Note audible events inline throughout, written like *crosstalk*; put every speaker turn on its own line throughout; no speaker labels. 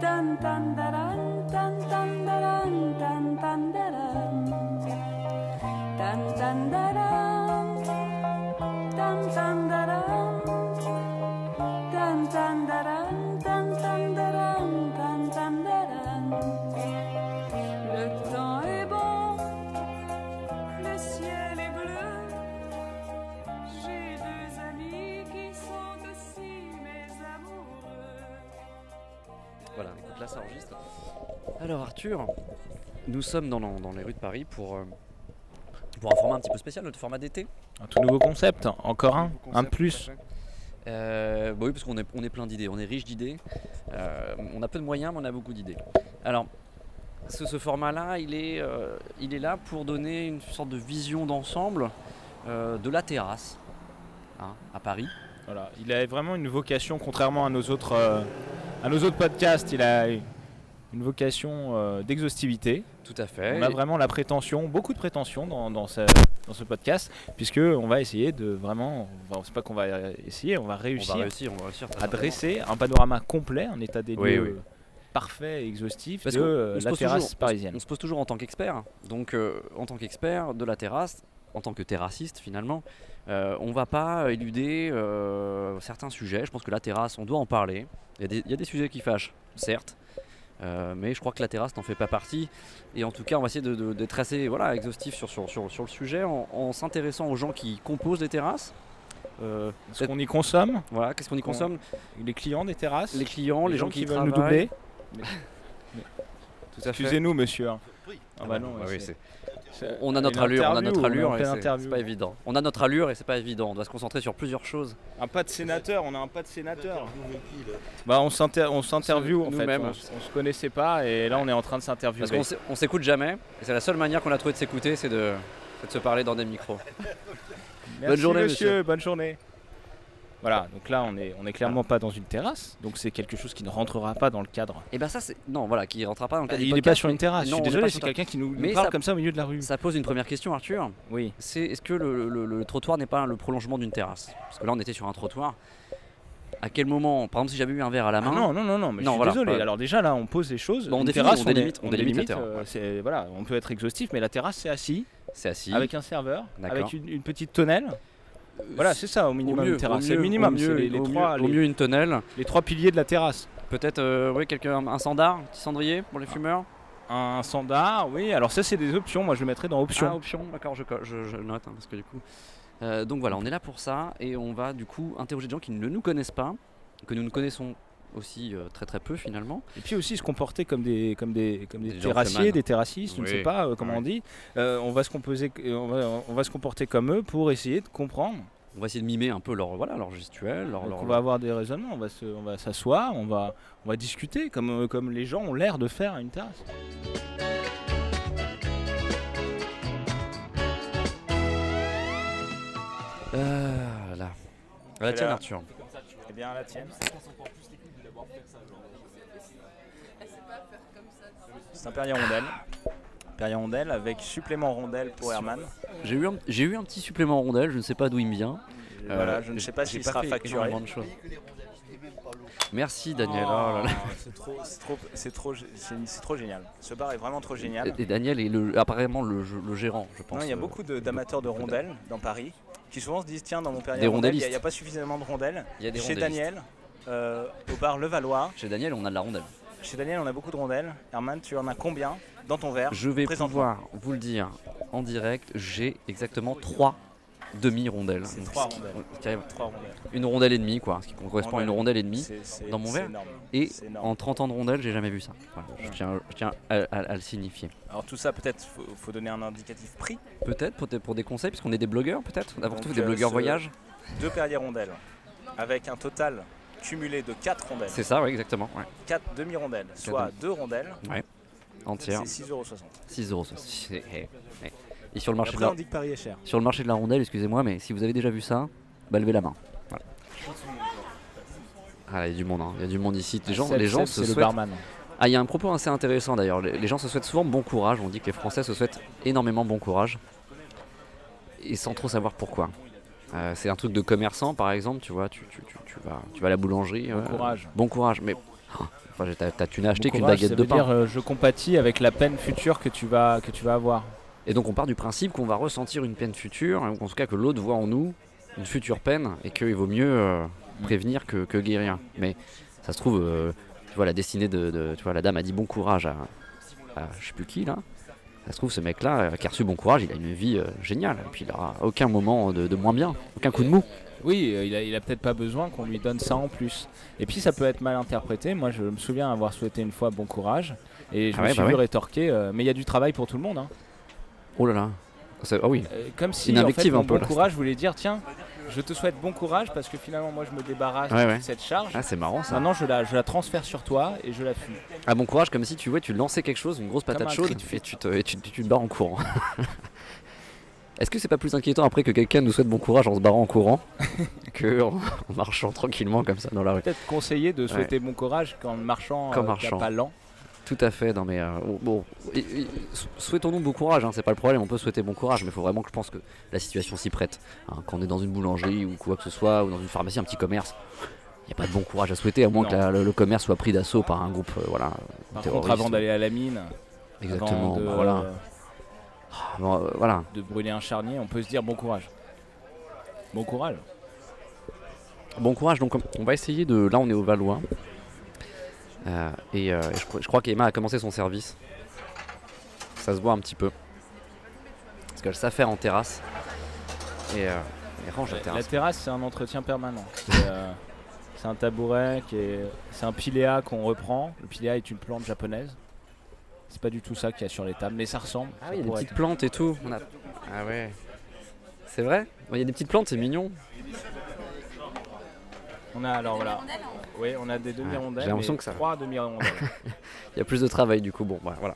dum dum da dum, dum dum da dum, dum dum da dum, dum dum da dum, dum dum da dum, dum dum da dum, dum dum da dum, dum dum da dum. Le temps est bon, le ciel est bleu. J'ai deux amis qui sont aussi mes amoureux.
Voilà, écoute, là ça enregistre. Alors Arthur, nous sommes dans, dans les rues de Paris pour, euh, pour un format un petit peu spécial, notre format d'été.
Un tout nouveau concept, encore un, un plus.
Euh, bah oui, parce qu'on est, on est plein d'idées, on est riche d'idées. Euh, on a peu de moyens, mais on a beaucoup d'idées. Alors, ce, ce format-là, il, est, euh, il est là pour donner une sorte de vision d'ensemble euh, de la terrasse hein, à Paris.
Voilà, il a vraiment une vocation, contrairement à nos autres, euh, à nos autres podcasts, il a une vocation euh, d'exhaustivité.
Tout à fait.
On a vraiment la prétention, beaucoup de prétention dans, dans ce, dans ce podcast, puisque on va essayer de vraiment, enfin, c'est pas qu'on va essayer, on va
on
réussir
va réussir, on va réussir.
à dresser un panorama complet, un état des lieux
Oui, oui.
euh, parfait, et exhaustif
Parce
de
qu'on-
euh,
on se
la
pose
terrasse
toujours-
parisienne.
On se pose toujours en tant qu'expert. Donc, euh, en tant qu'expert de la terrasse, en tant que terrassiste finalement, euh, on va pas éluder euh, certains sujets. Je pense que la terrasse, on doit en parler. Il y a des, il y a des sujets qui fâchent, certes. euh, mais je crois que la terrasse n'en fait pas partie. Et en tout cas, on va essayer de- de- d'être assez voilà, exhaustif sur, sur, sur, sur le sujet en, en s'intéressant aux gens qui composent les terrasses. Euh,
Ce qu'on y consomme,
voilà, qu'est-ce qu'on y
Qu'on-
consomme
les clients des terrasses,
Les clients, les, gens, qui,
veulent nous
travaillent.
doubler.
*laughs* Tout à fait.
Excusez-nous, monsieur. hein. Ah
Ah
bah
bah
non,
bah
c'est-
oui, c'est-
c'est-
On a
une
notre allure, on a notre
interview,
allure,
on
et
fait
c'est
l'interview.
c'est pas évident. On a notre allure et c'est pas évident. On doit se concentrer sur plusieurs choses.
Un pas de sénateur, on a un pas de sénateur. Bah on s'inter- on s'interviewe en fait,
Nous-mêmes.
on, s- on se connaissait pas et là on est en train de s'interviewer.
Parce qu'on s'é- on s'écoute jamais. Et c'est la seule manière qu'on a trouvé de s'écouter, c'est de, c'est de se parler dans des micros.
Merci,
Bonne journée, monsieur.
bonne journée. Voilà, donc là on est on est clairement pas dans une terrasse, donc c'est quelque chose qui ne rentrera pas dans le cadre.
Et ben ça, c'est. Non, voilà, qui rentrera pas dans le cadre du
Ah, il n'est pas
podcast,
sur une terrasse,
Non,
je
on
suis
est
désolé,
pas
c'est
sur-
quelqu'un qui nous, nous
Mais
parle
ça-
comme ça au milieu de la rue.
mais Ça pose une première question, Arthur.
Oui.
C'est est-ce que le, le- le trottoir n'est pas le prolongement d'une terrasse Parce que là, on était sur un trottoir. À quel moment, par exemple, si j'avais eu un verre à la
Ah
main,
non, non, non, non, mais
Non,
je suis
voilà,
désolé.
pas-
Alors déjà là on pose les choses.
Bah, on
Une
définit,
terrasse,
on
on est-
délimite, on
on
délimite hein. la
délimite,
terrasse,
euh,
voilà.
c'est- voilà, on peut être exhaustif, mais la terrasse c'est assis,
c'est assis.
avec un serveur,
D'accord.
avec une, une petite tonnelle.
Euh,
Voilà, c'est ça au
au
minimum
mieux,
une terrasse.
au
C'est le
mieux,
minimum,
au
c'est
mieux,
les, les
au
trois,
mieux, au
les-
mieux une tonnelle.
les trois piliers de la terrasse.
Peut-être, euh, oui, quelqu'un, un sandar, un petit cendrier
Ah.
pour les fumeurs.
Un standard, oui. Alors ça, c'est des options. Moi, je le mettrais dans
Ah,
options.
option, d'accord, je, co- je- je note, hein, parce que du coup... Euh, donc voilà, on est là pour ça, et on va du coup interroger des gens qui ne nous connaissent pas, que nous ne connaissons aussi euh, très très peu finalement.
Et puis aussi se comporter comme des, comme des, comme des,
Des
terrassiers,
gentlemen.
des terrassistes, on ne
Oui.
sait pas euh, comment
Ouais.
on dit. Euh, on va se composer, euh, on va, on va se comporter comme eux pour essayer de comprendre.
On va essayer de mimer un peu leur, voilà, leur gestuelle, leur...
Donc
leur-
on va avoir des raisonnements. On va se- on va s'asseoir, on va, on va discuter comme, euh, comme les gens ont l'air de faire à une terrasse.
Euh, là. À la
Fais-la.
tienne Arthur.
Eh bien, la tienne. C'est un perrier rondelle. Perrier rondelle avec supplément rondelle pour Herman.
J'ai eu, un- j'ai eu un petit supplément rondelle, je ne sais pas d'où il me vient. Euh,
voilà, je ne sais pas
j'ai
s'il sera
fait
facturé.
énormément de choses. Merci Daniel.
Oh,
oh là là.
C'est trop, c'est trop, c'est trop, gé- c'est- c'est trop génial. Ce bar est vraiment trop génial.
Et, et Daniel est le- apparemment le, le gérant, je pense.
Non, il y a
euh,
beaucoup de- d'amateurs de rondelles dans Paris qui souvent se disent tiens dans mon
Des
perrier rondelle, il n'y
rondellistes.
a, il y a pas suffisamment de rondelles.
il y a des
Chez
rondellistes.
Daniel, euh, au bar Levallois,
Chez Daniel, on a de la rondelle.
chez Daniel on a beaucoup de rondelles. Herman, tu en as combien dans ton verre
Je vais
Présente-moi.
pouvoir vous le dire en direct, j'ai exactement 3 demi-rondelles.
C'est
Donc,
trois
ce qui-
rondelles.
ce qui arrive-
Trois rondelles.
Une rondelle et demie, quoi, ce qui correspond à une
Rondelle.
rondelle et demie.
C'est- c'est-
dans mon
c'est
verre.
énorme.
Et
C'est énorme.
en 30 ans de rondelle, j'ai jamais vu ça. Voilà, je tiens, je tiens à, à- à le signifier.
Alors tout ça peut-être faut, faut donner un indicatif prix.
Peut-être pour, des- pour des conseils, puisqu'on est des blogueurs, peut-être Avant
Donc,
tout, des
euh,
blogueurs
ce-
voyage
Deux perriers rondelles avec un total cumulé de 4 rondelles.
C'est ça, oui, exactement. Ouais.
4 demi-rondelles, soit 2 rondelles, c'est
Entière,
6,60€.
6 euros. eh, Et sur le marché de
Après,
la-
on dit que Paris est cher.
sur le marché de la rondelle, excusez-moi, mais si vous avez déjà vu ça, bah levez la main. Voilà. Ah, il y a du monde, hein. il y a du monde ici. Les gens, les gens se souhaitent. Ah, il y a un propos assez intéressant d'ailleurs. Les les gens se souhaitent souvent bon courage. On dit que les Français se souhaitent énormément bon courage et sans trop savoir pourquoi. Euh, c'est un truc de commerçant, par exemple, tu vois, tu, tu- tu- tu vas, tu vas à la boulangerie. euh,
Bon courage.
Bon courage, mais hein, enfin, j'ai- t'as t'as- tu n'as acheté
Bon
qu'une
courage,
baguette
ça
de
veut
pain.
dire, euh, je compatis avec la peine future que tu vas, que tu vas avoir.
Et donc on part du principe qu'on va ressentir une peine future, ou en tout cas que l'autre voit en nous une future peine, et qu'il vaut mieux euh,
Mm.
prévenir que, que guérir. Mais ça se trouve, euh, tu vois, la destinée de, de- Tu vois, la dame a dit bon courage à, à je sais plus qui là. Ça se trouve, ce mec-là, euh, qui a reçu bon courage, il a une vie euh, géniale. Et puis il aura aucun moment de, de moins bien, aucun coup de mou.
Oui, euh, il a, il a peut-être pas besoin qu'on lui donne ça en plus. Et puis ça peut être mal interprété. Moi, je me souviens avoir souhaité une fois bon courage et je
Ah
me
ouais,
suis
bah
vu
ouais.
rétorquer. euh, mais il y a du travail pour tout le monde. hein.
Oh là là. Ça- Ah oui,
Euh, comme si
Une
en fait,
invective
mon
un peu,
bon
là.
courage voulait dire tiens, je te souhaite bon courage parce que finalement moi je me débarrasse
Ouais,
de
ouais.
toute cette charge.
ah, c'est marrant ça.
Maintenant je la, je la transfère sur toi et je la fuis.
Ah bon courage, comme si tu, ouais, tu lançais quelque chose, une grosse
Comme
patate
un
chaude,
cri de
et tu te, et tu, tu- tu te barres en courant. *laughs* Est-ce que c'est pas plus inquiétant après que quelqu'un nous souhaite bon courage en se barrant en courant
*laughs*
que en, en marchant tranquillement comme ça dans la rue
Peut-être conseiller de souhaiter bon courage quand le marchand
Comme
euh,
marchand.
qui a pas lent.
Tout à fait, non mais euh, bon, bon, et- et sou- souhaitons-nous bon courage, hein, c'est pas le problème, on peut souhaiter bon courage, mais il faut vraiment que je pense que la situation s'y prête. hein, quand on est dans une boulangerie ou quoi que ce soit, ou dans une pharmacie, un petit commerce, il n'y a pas de bon courage à souhaiter, à moins
Non.
que la- le, le commerce soit pris d'assaut par un groupe, euh, voilà,
Par
Terroriste.
contre, avant d'aller à la mine,
exactement,
avant de,
bah, voilà,
euh,
Bon, euh, voilà,
de brûler un charnier, on peut se dire bon courage. Bon courage.
Bon courage, donc on va essayer de. Là, on est au Valois. Euh, et euh, je, crois- je crois qu'Emma a commencé son service. Ça se voit un petit peu. Parce qu'elle s'affaire en terrasse. Et euh, elle range la
La
terrasse.
terrasse, c'est un entretien permanent. C'est, euh, c'est un tabouret, qui est- c'est un pilea qu'on reprend. Le pilea est une plante japonaise. C'est pas du tout ça qu'il y a sur les tables, mais ça ressemble.
Ah
ça
oui, il y a des
pourrait
petites plantes et tout. On a- Ah ouais. C'est vrai Ouais, Il y a des petites plantes, c'est mignon.
être. On a alors voilà. Oui, on a des demi-rondelles.
Ah, j'ai l'impression
mais
que ça- *laughs*
Trois demi-rondelles.
Il y a plus de travail du coup. Bon, bah, voilà.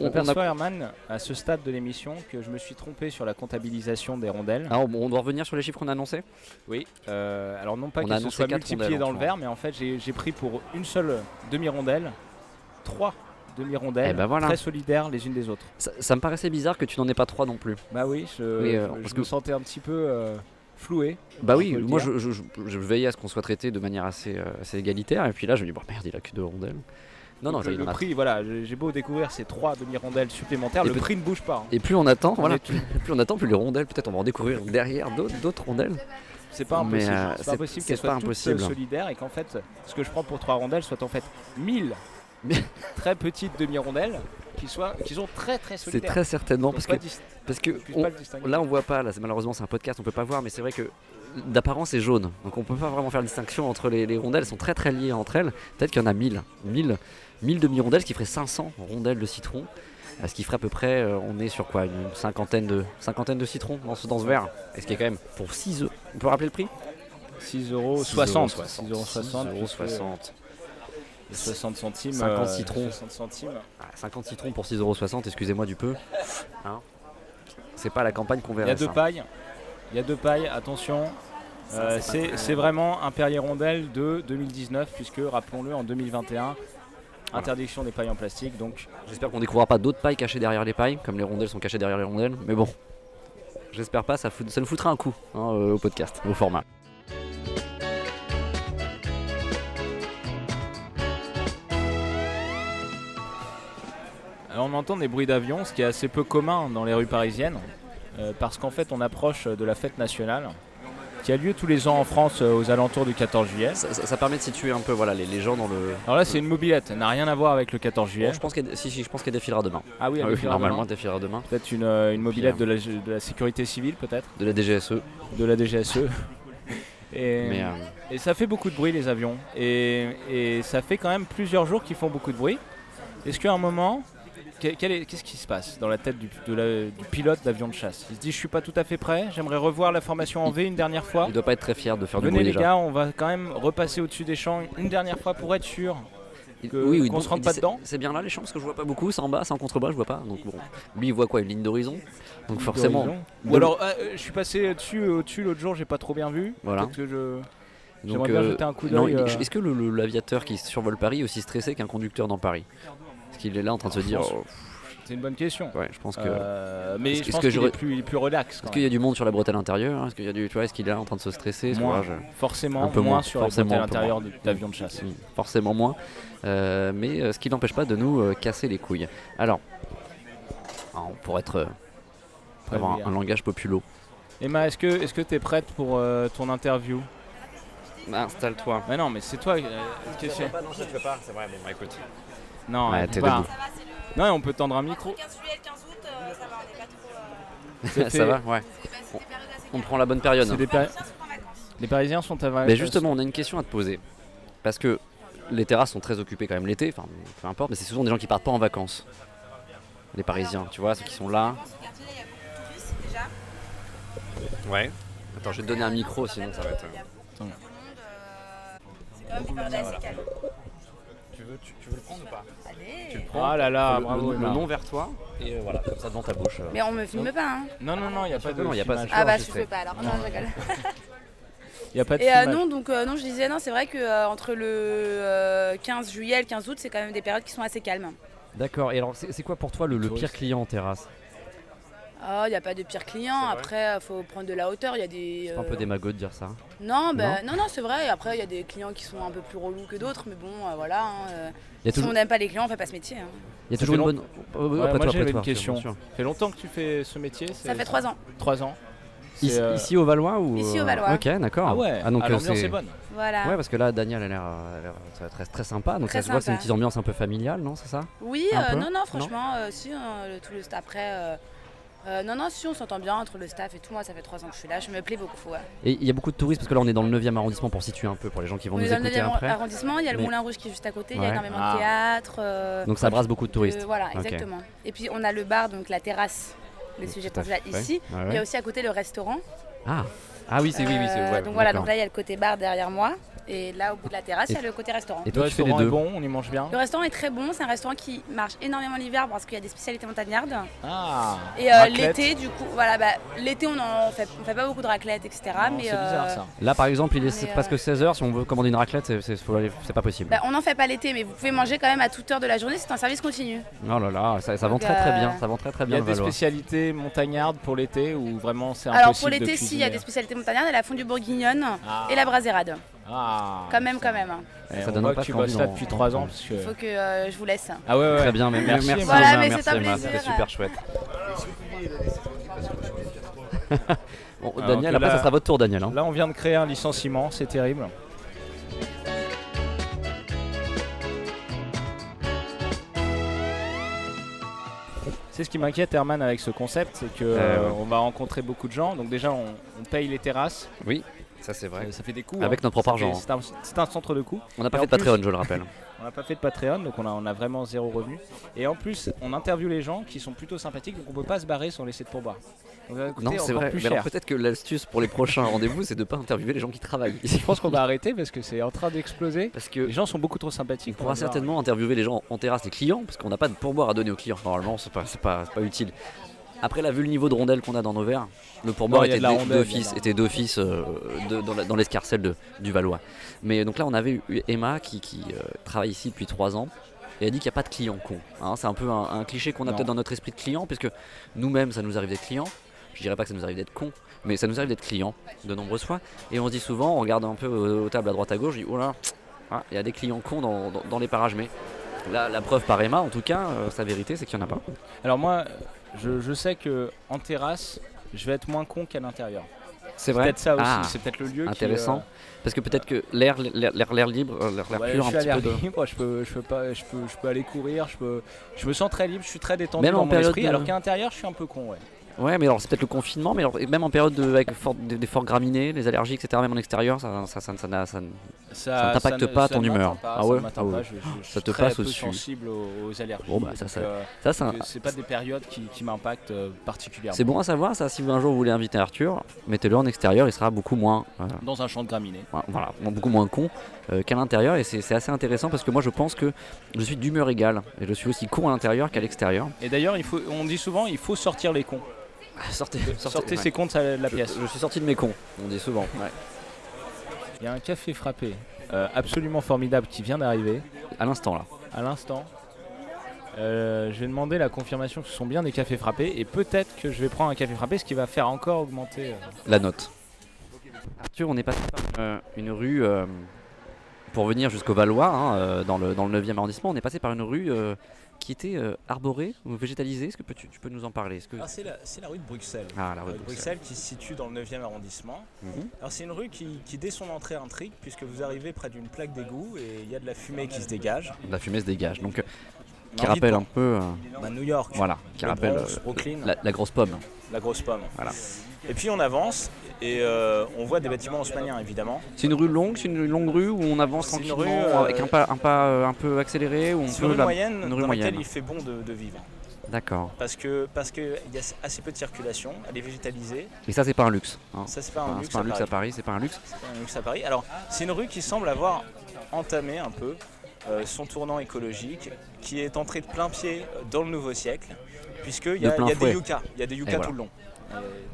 On, on a-
m'aperçois, Herman, à ce stade de l'émission, que je me suis trompé sur la comptabilisation des rondelles.
Ah, bon, on doit revenir sur les chiffres qu'on a annoncés
Oui. euh, alors non pas
On a
qu'elles se
annoncé
soient
quatre
multipliées
rondelles,
dans
en
le
tout cas.
verre, mais en fait j'ai j'ai pris pour une seule demi-rondelle trois demi-rondelles
Eh ben voilà.
très solidaires les unes des autres.
ça, ça me paraissait bizarre que tu n'en aies pas trois non plus.
Bah oui, je,
Oui, euh,
je- je
parce
me
que-
sentais un petit peu euh, floué.
Bah
On
oui,
peut le
moi
dire.
je, je, je- je veillais à ce qu'on soit traité de manière assez, euh, assez égalitaire, et puis là je me dis, bon merde, il a que deux rondelles. Non, non,
Donc, le,
il en
le
a-
prix, voilà, j'ai j'ai beau découvrir ces trois demi-rondelles supplémentaires,
Et
le
peut-
prix ne bouge pas. hein.
Et plus on attend,
On
voilà,
est tout-
*laughs* plus on attend, plus les rondelles, peut-être on va en découvrir derrière d'autres d'autres rondelles.
C'est pas
Mais,
impossible.
euh,
c'est
c'est-
pas impossible
c'est
qu'elles soient
pas impossible. hein.
toutes euh, solidaires et qu'en fait, ce que je prends pour trois rondelles soit en fait mille
Mais-
très petites demi-rondelles qui soient, qui sont très très
C'est
solidaires.
très certainement,
Qu'on
parce que,
soit dis-
parce que
qu'on puisse
on-
pas le distinguer.
là on voit pas, là, c'est- malheureusement c'est un podcast, on peut pas voir, mais c'est vrai que euh, d'apparence c'est jaune, donc on peut pas vraiment faire distinction entre les, les rondelles, elles sont très très liées entre elles. Peut-être qu'il y en a 1000, 1000, 1000 demi-rondelles, ce qui ferait 500 rondelles de citron. euh, Ce qui ferait à peu près, euh, on est sur quoi Une cinquantaine de, cinquantaine de citrons dans ce, dans ce verre. Et ce qui est quand même pour 6 œufs. On peut rappeler le prix
6 euros
60,
60,
6,60
6 Oh, euros 60,
euros
puisque
60.
les 60 centimes,
50
euh,
citrons.
60 centimes.
Ah, 50 citrons pour 6,60€, excusez-moi du peu. Hein c'est pas la campagne qu'on
Il
verrait.
y a deux
ça.
pailles, il y a deux pailles, attention. Euh, c'est c'est vraiment un Perrier Rondelle de 2019, puisque rappelons-le, en 2021, interdiction des pailles en plastique. Donc,
J'espère qu'on découvrira pas d'autres pailles cachées derrière les pailles, comme les rondelles sont cachées derrière les rondelles. Mais bon, j'espère pas, ça, fout- ça nous foutra un coup hein, euh, au podcast, au format.
euh, on entend des bruits d'avion, ce qui est assez peu commun dans les rues parisiennes, euh, parce qu'en fait, on approche de la fête nationale qui a lieu tous les ans en France euh, aux alentours du 14 juillet.
Ça, ça- ça permet de situer un peu voilà, les, les gens dans le.
Alors là, c'est une mobilette, elle n'a rien à voir avec le 14
Bon,
juillet.
je pense qu'elle si, si, je pense qu'elle défilera demain.
Ah oui, elle
Ah
le
oui,
fera demain.
normalement, elle défilera demain.
Peut-être une, euh, une mobilette de la, de la sécurité civile, peut-être,
De la DGSE.
de la DGSE. E. Et,
E, Mais, euh,
et ça fait beaucoup de bruit, les avions. Et, et ça fait quand même plusieurs jours qu'ils font beaucoup de bruit. Est-ce qu'à un moment, que- quel est- qu'est-ce qui se passe dans la tête du, de la- du pilote d'avion de chasse Il se dit Je suis pas tout à fait prêt, j'aimerais revoir la formation en V une dernière fois.
il doit pas être très fier de faire du
Ah. Venez,
bruit
les
déjà.
gars, on va quand même repasser au-dessus des champs une dernière fois pour être sûr.
Il-
que- qu'on
donc,
se rentre
il
pas
dit,
dedans.
C'est c'est bien là les champs parce que je vois pas beaucoup, c'est en bas, c'est en contrebas, je vois pas. Donc bon, lui il voit quoi Une ligne d'horizon Donc forcément.
Ou alors, ah, euh, je suis passé dessus, euh, au-dessus l'autre jour, j'ai pas trop bien vu.
Voilà.
Peut-être que je.
Donc,
J'aimerais bien jeter un coup
non,
d'œil,
il-
euh.
Est-ce que le- le- l'aviateur qui survole Paris est aussi stressé qu'un conducteur dans Paris Parce qu'il est là en train de se dire
France,
oh,
C'est une bonne question.
Ouais, je pense que.
Euh, mais
Est-ce-
je
est-ce
pense
que
qu'il
j'aurais-
est plus, il est plus relax. quand
Est-ce qu'il y a du monde sur la bretelle intérieure hein Est-ce qu'il y a du, tu vois, est-ce qu'il est en train de se stresser ce
Moins.
courage
même. forcément
un peu
moins
moins,
sur la
forcément
bretelle
un peu
intérieure de- d'avion de chasse.
Mm, Forcément moins, Euh, mais euh, ce qui n'empêche pas de nous euh, casser les couilles. Alors, alors, pour être, euh, pour avoir un, un langage populo.
Emma, est-ce que est-ce que t'es prête pour euh, ton interview
Bah, *laughs* Installe-toi.
Mais non, mais c'est toi. euh, qu'est-ce que c'est
non, je ne peux pas. C'est vrai. Bon, bah, écoute.
Non,
Ouais,
elle peut
t'es
pas.
debout.
Ça va, c'est le.
Non, on peut tendre un
Entre
micro.
le 15 juillet et le 15 août, euh, ça va, on n'est pas trop. euh,
Ça va. Ouais.
c'est pas- c'est des périodes assez
On
calmes.
prend la bonne période.
C'est des
Les
péri-
Parisiens sont en vacances.
Les Parisiens sont à
Mais justement, on a une question à te poser. Parce que les terrasses sont très occupées quand même l'été, enfin peu importe, mais c'est souvent des gens qui partent pas en vacances. Les Parisiens, tu vois, ceux qui sont là.
Je pense au quartier, il y a beaucoup de touristes déjà.
Ouais. Attends, je vais te donner un micro, sinon ça va être. euh,
Il y a beaucoup de monde. euh, C'est quand même des périodes assez calmes.
Tu veux, tu, veux le prendre ou pas
Allez.
Oh là là,
le,
bravo.
le
Emma.
nom vers toi, et euh, voilà, comme ça devant ta bouche. euh.
Mais on me filme pas, hein
Non, non, non, il n'y a pas de.
Non, y a pas
filmage.
ça.
Ah bah je
enregistré.
peux pas alors, non, je rigole.
Y a pas de.
Et euh,
filmage.
non, donc euh, non, je disais, non, c'est vrai que euh, entre le euh, 15 juillet et le 15 août, c'est quand même des périodes qui sont assez calmes.
D'accord, et alors c'est c'est quoi pour toi le, le pire client en terrasse
Oh, il n'y a pas de pire client, après, euh, faut prendre de la hauteur, il y a des...
C'est un peu
euh,
démago de dire ça. hein.
Non, bah, non, non, c'est vrai. Après, il y a des clients qui sont un peu plus relous que d'autres, mais bon, euh, voilà. hein, euh,
Il y a
si
toujours,
on n'aime pas les clients, on fait pas ce métier. hein.
il y a toujours une
fait
bonne. Oh, oh, oh,
Ouais,
après
moi,
toi,
j'avais
après
une
toi,
question.
bien sûr.
fait longtemps que tu fais ce métier
Ça fait trois ans.
3 ans. C'est,
Ici,
euh,
ici au Valois ou
Ici,
euh,
au Valois.
Ok, d'accord.
Ah ouais,
donc
ah,
euh,
l'ambiance
c'est
est bonne.
Voilà.
Ouais, parce que là, Daniel a l'air, euh, a l'air, euh, très, très sympa. Donc ça
Très
se voit que c'est une
sympa.
petite ambiance un peu familiale, non C'est ça
Oui,
Un
euh,
peu
non, non, franchement, euh, si, hein, le- tout le staff. Après, euh, euh, non, non, si, on s'entend bien entre le staff et tout. Moi, ça fait trois ans que je suis là, je me plais beaucoup. ouais.
Et il y a beaucoup de touristes parce que là, on est dans le 9e arrondissement pour situer un peu pour les gens qui vont
On est
nous
dans le
écouter
9e
après.
arrondissement, il y a le
Mais-
Moulin Rouge qui est juste à côté, il y
Ouais.
a énormément
Ah.
de théâtre. euh,
Donc ça brasse beaucoup de
de-
touristes.
voilà,
Ok.
exactement. Et puis, on a le bar, donc la terrasse, le
Tout
sujet
à
qu'on a
fait.
ici.
Ouais, ouais.
Il y a aussi à côté le restaurant.
Ah. Ah oui, c'est oui, oui, c'est
Euh,
ouais,
donc voilà,
d'accord.
donc là il y a le côté bar derrière moi et là au bout de la terrasse il y a le côté restaurant.
Et
Le
toi, tu fais les
restaurant est
deux.
bon, on y mange bien.
Le restaurant est très bon, c'est un restaurant qui marche énormément l'hiver parce qu'il y a des spécialités montagnardes.
Ah
Et euh,
raclette.
l'été du coup, voilà, bah, l'été on en fait, on fait pas beaucoup de raclette etc.
Non,
mais
C'est
euh,
bizarre ça.
Là, par exemple, il est
Mais, euh,
presque 16h. Si on veut commander une raclette, c'est- c'est faut aller- c'est pas possible.
bah, on n'en fait pas l'été, mais vous pouvez manger quand même à toute heure de la journée. C'est un service continu.
Oh là là, ça, ça vend
Donc,
très très
euh,
bien. Ça vend très très
Il y
bien
a
le
des
Valois.
spécialités montagnardes pour l'été ou vraiment c'est impossible
Alors pour
de
l'été, si il y a des
cuisiner
spécialités montagnardes, il y a la fondue bourguignonne
Ah.
et la braserade.
Ah
Quand même, quand même. hein.
Eh,
Ça
on
donne
voit
pas
que tu
envie
bosses là
d'en-
depuis
d'en
3
prendre.
ans parce que...
Il faut que euh, je vous laisse.
Ah ouais, ouais.
Très bien, mais merci,
Merci,
merci,
Emma.
Voilà,
Emma,
mais
merci,
c'est un
Emma, c'était
plaisir. euh.
super chouette. *laughs* Bon,
Alors
Daniel,
que
après
là-
ça sera votre tour, Daniel. hein.
Là on vient de créer un licenciement, c'est terrible. C'est ce qui m'inquiète Herman avec ce concept, c'est que euh,
ouais.
on va rencontrer beaucoup de gens. Donc déjà on- on paye les terrasses,
Oui, ça c'est vrai.
Euh, Ça fait des coups.
Avec notre propre
Ça fait-
argent, hein.
C'est un, c'est un centre de coups.
On n'a pas
Et
fait
en
de
plus-
Patreon, je le rappelle.
*laughs* On n'a pas fait de Patreon, donc on a, on a vraiment zéro revenu. Et en plus, on interviewe les gens qui sont plutôt sympathiques, donc on peut pas se barrer sans laisser de pourboire. Donc, ça va coûter
Non, c'est
encore
vrai.
plus
Mais alors
cher.
peut-être que l'astuce pour les prochains rendez-vous, c'est de pas interviewer les gens qui travaillent.
Je pense qu'on va arrêter parce que c'est en train d'exploser.
*laughs* Parce
Les
que
gens sont beaucoup trop
on
sympathiques.
pourra
va devoir-
certainement interviewer les gens en terrasse, les clients, parce qu'on n'a pas de pourboire à donner aux clients. Normalement, c'est pas, c'est pas, c'est pas utile. Après, là, vu le niveau de rondelles qu'on a dans nos verres, le pourboire
Non, il y a
était
de la
d'office-
rondelle, il y
d'office,
en a.
était d'office euh, de- dans, la- dans l'escarcelle de- du Valois. Mais donc là, on avait eu Emma qui, qui, euh, travaille ici depuis 3 ans. Et elle dit qu'il n'y a pas de client con. hein. c'est un peu un, un cliché qu'on a
Non.
peut-être dans notre esprit de client, puisque nous-mêmes, ça nous arrive d'être clients. Je dirais pas que ça nous arrive d'être con, mais ça nous arrive d'être clients de nombreuses fois. Et on se dit souvent, on regarde un peu aux, aux tables à droite à gauche, on dit oh là, ah, il y a des clients cons dans, dans- dans les parages. Mais là, la preuve par Emma, en tout cas, euh, sa vérité, c'est qu'il n'y en a pas.
Alors moi, je, je sais que en terrasse, je vais être moins con qu'à l'intérieur.
C'est
C'est Peut-être ça aussi.
Ah,
c'est peut-être le lieu. qui,
intéressant.
euh,
Parce que peut-être que l'air, l'air, l'air- l'air libre, euh, l'air, l'air
ouais, je
pur, un
suis à
petit
l'air
peu de.
libre, je peux, je peux pas, je peux, je peux aller courir, je peux, je me sens très libre, je suis très détendu
Même en
dans mon
période
esprit.
de-
Alors qu'à l'intérieur, je suis un peu con, ouais.
Ouais, mais alors c'est peut-être le confinement, mais alors, et même en période de, avec fort- des, des forts graminés, les allergies, etc., même en extérieur, ça, ça, ça, ça n'a- ça ne- Ça t'impacte
ne-
pas ton
ne
humeur.
m'atteint pas,
Ah
ça
ouais
ne m'atteint
Ah ouais.
pas, je- je- je suis
te
très
passe
peu
au-dessus.
sensible aux, aux allergies.
Bon, bah, ça,
donc,
ça-
euh,
ça, c'est un-
que c'est pas des périodes qui, qui m'impactent euh, particulièrement.
C'est bon à savoir, ça. Si vous un jour vous voulez inviter Arthur, mettez-le en extérieur, il sera beaucoup moins, euh,
Dans un champ de graminées.
voilà, beaucoup moins con euh, qu'à l'intérieur. Et c'est c'est assez intéressant parce que moi, je pense que je suis d'humeur égale et je suis aussi con à l'intérieur qu'à l'extérieur.
Et d'ailleurs, il faut, on dit souvent, il faut sortir les cons.
Sortez,
Sortez ces cons de la, de la
Je,
pièce.
je suis sorti de mes cons, on dit souvent.
Il y a un café frappé euh, absolument formidable qui vient d'arriver
À l'instant là.
à l'instant.
Euh, je vais demander la confirmation que ce sont bien des cafés frappés et peut-être que je vais prendre un café frappé, ce qui va faire encore augmenter. euh,
La note. Arthur, on est passé par euh, une rue euh, pour venir jusqu'au Valois, hein, euh, dans, le, dans le 9e arrondissement. On est passé par une rue euh, qui était euh, arborée ou végétalisée. Est-ce que peux- tu, tu peux nous en parler Est-ce que...
Alors, c'est la, c'est la rue de Bruxelles.
Ah, la
La
rue de Bruxelles.
Ah, Bruxelles qui se situe dans le 9e arrondissement.
Mhm.
Alors c'est une rue qui, qui, dès son entrée intrigue puisque vous arrivez près d'une plaque d'égout et il y a de la fumée qui se dégage.
La fumée se dégage. Donc, euh, qui
Envie
rappelle
de-
un peu. euh,
Bah, New York,
voilà, qui
Le
rappelle
Bronx,
euh,
Brooklyn.
la, la grosse pomme.
la grosse pomme.
Voilà.
Et puis on avance et euh, on voit des bâtiments haussmanniens évidemment.
C'est une rue longue, c'est une rue- longue rue où on avance
C'est une
tranquillement
rue, euh,
avec un pas, un pas euh, un peu accéléré où on
C'est
peut
une rue
la-
moyenne
une rue
dans
moyenne.
laquelle il fait bon de, de vivre.
D'accord.
Parce que parce que il y a assez peu de circulation, elle est végétalisée.
Et ça c'est pas un luxe. hein.
Ça c'est pas
Enfin,
un
c'est
luxe
pas un luxe à
Paris.
Paris, c'est pas un luxe.
C'est pas un luxe à Euh, Paris. Alors c'est une rue qui semble avoir entamé un peu euh, son tournant écologique, qui est entrée de plein pied euh, dans le nouveau siècle, puisqu'il y
De
a,
plein
il y a des
fouet.
yucca, il y a des yucca
voilà.
tout le long.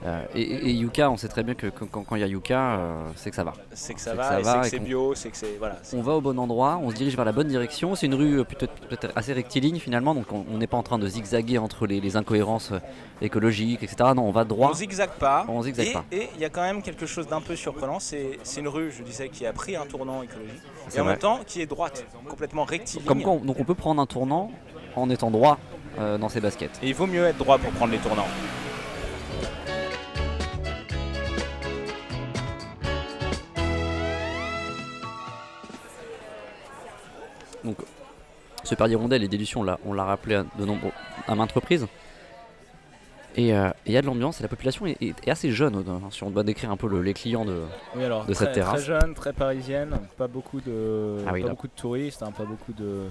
Euh, et, et- et Yuka, on sait très bien que quand- quand quand il y a Yuka, euh, c'est que ça va.
c'est que
C'est
ça
que
va,
ça
et
va
c'est
et
que c'est
qu'on-
bio, c'est que c'est voilà. c'est-
On va au bon endroit, on se dirige vers la bonne direction. C'est une rue euh, peut-être peut-être assez rectiligne finalement, donc on on n'est pas en train de zigzaguer entre les, les incohérences euh, écologiques, etc. Non, on va droit.
On zigzague pas.
On zigzague
et,
pas.
et il y a quand même quelque chose d'un peu surprenant. C'est c'est une rue, je disais, qui a pris un tournant écologique.
C'est
Et en
vrai.
même temps, qui est droite, complètement rectiligne.
Comme quoi, on- donc on peut prendre un tournant en étant droit euh, dans ses baskets.
Et il vaut mieux être droit pour prendre les tournants.
Donc, ce père d'hirondelle et d'élution, on l'a- on l'a rappelé à, de nombreux, à maintes reprises. Et euh, et il y a de l'ambiance et la population est, est- est assez jeune, euh, si on doit décrire un peu le- les clients de.
Oui, alors,
de
très,
cette terrasse.
très jeune, très parisienne, pas beaucoup de,
Ah oui,
pas
là.
beaucoup de touristes, hein, pas beaucoup de.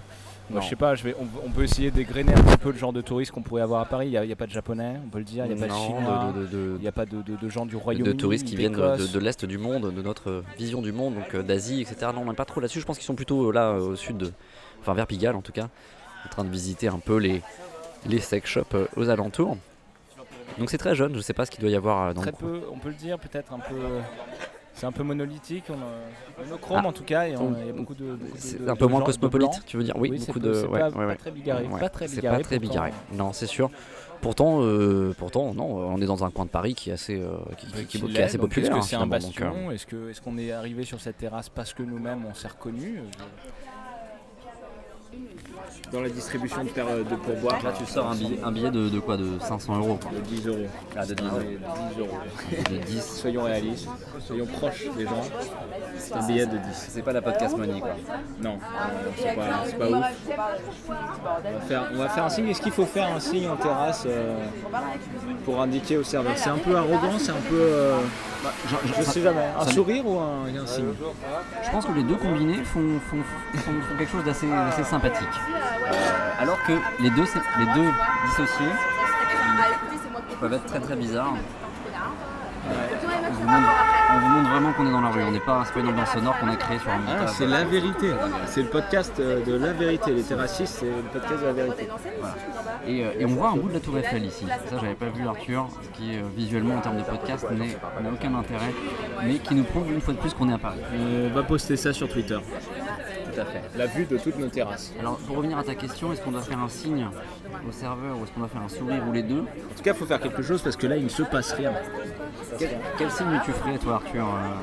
Moi,
Non.
je sais pas, je vais, on, on peut essayer d'égrener un petit peu le genre de touristes qu'on pourrait avoir à Paris. Il n'y a, il y a pas de japonais, on peut le dire, il n'y a pas de
Non,
chinois,
de- de- de- de-
il n'y a pas de, de- de gens du
de,
Royaume-Uni.
touristes qui
ni
viennent euh, de,
d'Écosse.
de l'Est du monde, de notre euh, vision du monde, donc euh, d'Asie, etc. Non, même pas trop là-dessus. Je pense qu'ils sont plutôt euh, là euh, au sud, de- enfin vers Pigalle en tout cas, en train de visiter un peu les, les sex shops euh, aux alentours. Donc c'est très jeune, je sais pas ce qu'il doit y avoir euh, dans
Très
le coin.
peu, on peut le dire, peut-être un peu. C'est un peu monolithique, on a- monochrome
Ah.
en tout cas, et on- il y a
Donc,
beaucoup de. beaucoup de-
C'est
de-
un peu
de
moins
gens- de
cosmopolite,
blancs.
tu veux dire Oui,
c'est
beaucoup
peu-
de.
c'est
ouais,
pas,
ouais, ouais.
pas très bigarré,
Ouais,
pas très
c'est
bigarré.
pas très
pourtant, hein.
bigarré. Non, c'est sûr. Pourtant, euh, pourtant, non, on est dans un coin de Paris qui est assez, euh, qui, qui-
Oui,
qui-
qu'il
qui
l'est,
est assez
donc
populaire.
Est-ce que c'est un
finalement, donc, euh,
bastion Est-ce que- est-ce qu'on est, arrivé sur cette terrasse parce que nous-mêmes on s'est reconnus Dans la distribution de, pourboire,
Là, tu sors un billet, un billet de, de quoi De 500 euros quoi.
de 10 euros.
Ah, de 10 euros.
euros. *laughs*
De 10.
Soyons réalistes, soyons proches des gens. C'est un billet de 10.
C'est pas la podcast money quoi.
Non, c'est pas, ouf. On va, faire, un signe. Est-ce qu'il faut faire un signe en terrasse euh, pour indiquer au serveur C'est un peu arrogant, c'est un peu. euh, je sais jamais. Un sourire ou un, signe
Je pense que les deux combinés font, font, font, font quelque chose d'assez assez sympathique. Euh, alors que les deux, sé- les deux dissociés peuvent être très très bizarres. On vous montre, on vous montre vraiment qu'on est dans la rue, on n'est pas, c'est pas une ambiance sonore qu'on a créée sur un
Ah, c'est la vérité. C'est le podcast euh, de la vérité. Les terrassistes, c'est le podcast de la vérité.
Et, euh, et on voit un bout de la tour Eiffel ici. Ça, j'avais pas vu Arthur, ce qui euh, visuellement en termes de podcast n'est- n'a aucun intérêt, mais qui nous prouve une fois de plus qu'on est à Paris.
On va poster ça sur Twitter.
Tout à fait.
La vue de toutes nos terrasses.
Alors, pour revenir à ta question, est-ce qu'on doit faire un signe au serveur ou est-ce qu'on doit faire un sourire ou les deux
En tout cas, il faut faire quelque chose parce que là, il ne se passe rien.
quel, quel signe tu ferais, toi, Arthur euh,
Alors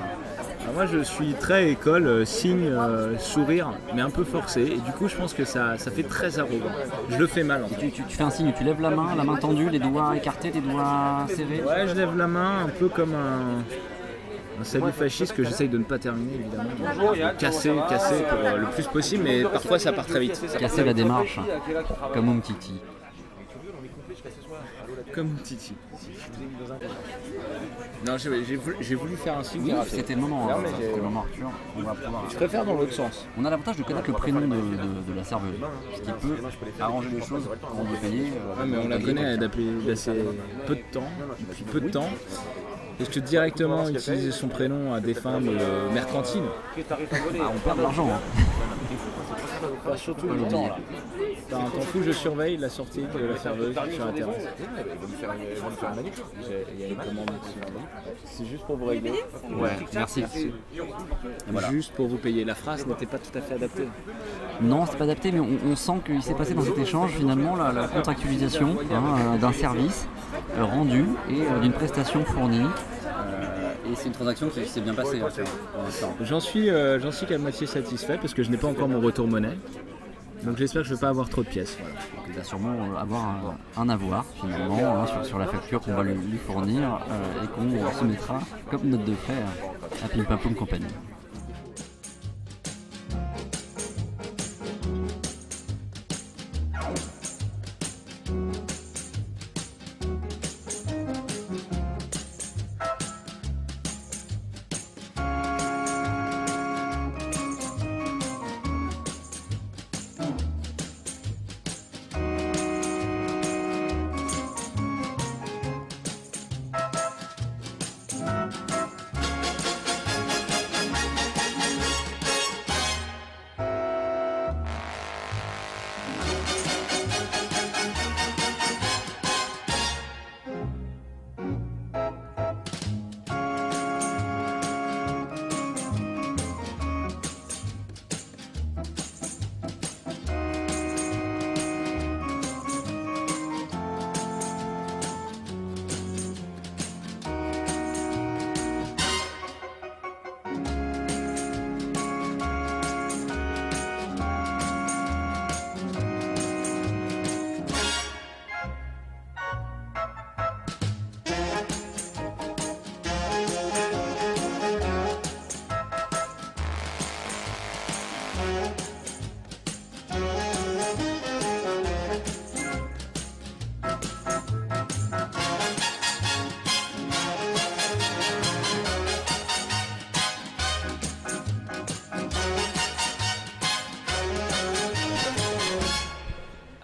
Ah, moi, je suis très école, euh, signe, euh, sourire, mais un peu forcé. Et du coup, je pense que ça, ça fait très arrogant. Je le fais mal en fait.
tu, tu- tu fais un signe, tu lèves la main, la main tendue, les doigts écartés, les doigts serrés.
Ouais, je lève la main un peu comme un. Un salut fasciste que j'essaye de ne pas terminer évidemment. Donc, je vais Casser, casser pour, euh, le plus possible, mais parfois ça part très vite.
Casser la démarche, comme Umtiti.
Comme Titi. Non, j'ai j'ai voulu, j'ai voulu faire un signe.
Oui,
j'ai raté.
c'était le moment, hein,
mais j'ai-
c'était le moment, Arthur. On va pouvoir.
Je préfère dans l'autre sens.
On a l'avantage de connaître le prénom de, de- de la serveuse, ce qui peut arranger les choses quand on veut payer. euh,
Ouais, Ah, mais on la
payer
connaît
quelqu'un.
d'assez peu de temps, depuis peu de temps. Parce que directement utiliser son prénom à des fins de mercantile,
Ah, on perd de l'argent. hein.
surtout
Faut pas l'oublier.
Par un temps fou, je surveille la sortie de la serveuse sur la terrasse.
Ils vont me faire une, ils vont me faire une manip. J'ai- Il y a une commande qui se fait en ligne.
C'est juste pour vous régler.
Ouais, merci. Voilà.
Juste pour vous payer. La phrase n'était pas tout à fait adaptée.
Non, c'est pas adapté, mais on, on sent qu'il s'est passé dans cet échange finalement la, la contractualisation hein, euh, d'un service euh, rendu et euh, d'une prestation fournie. Euh, et c'est une transaction qui s'est bien passée hein, en fait, pour l'instant.
J'en suis, euh, j'en suis qu'à moitié satisfait parce que je n'ai pas encore mon retour monnaie. Donc j'espère que je ne vais pas avoir trop de pièces. voilà.
Il va sûrement euh, avoir un, un avoir finalement hein, sur, sur la facture qu'on va lui, lui fournir euh, et qu'on euh, se mettra comme note de frais à- à Pimpapoum Company.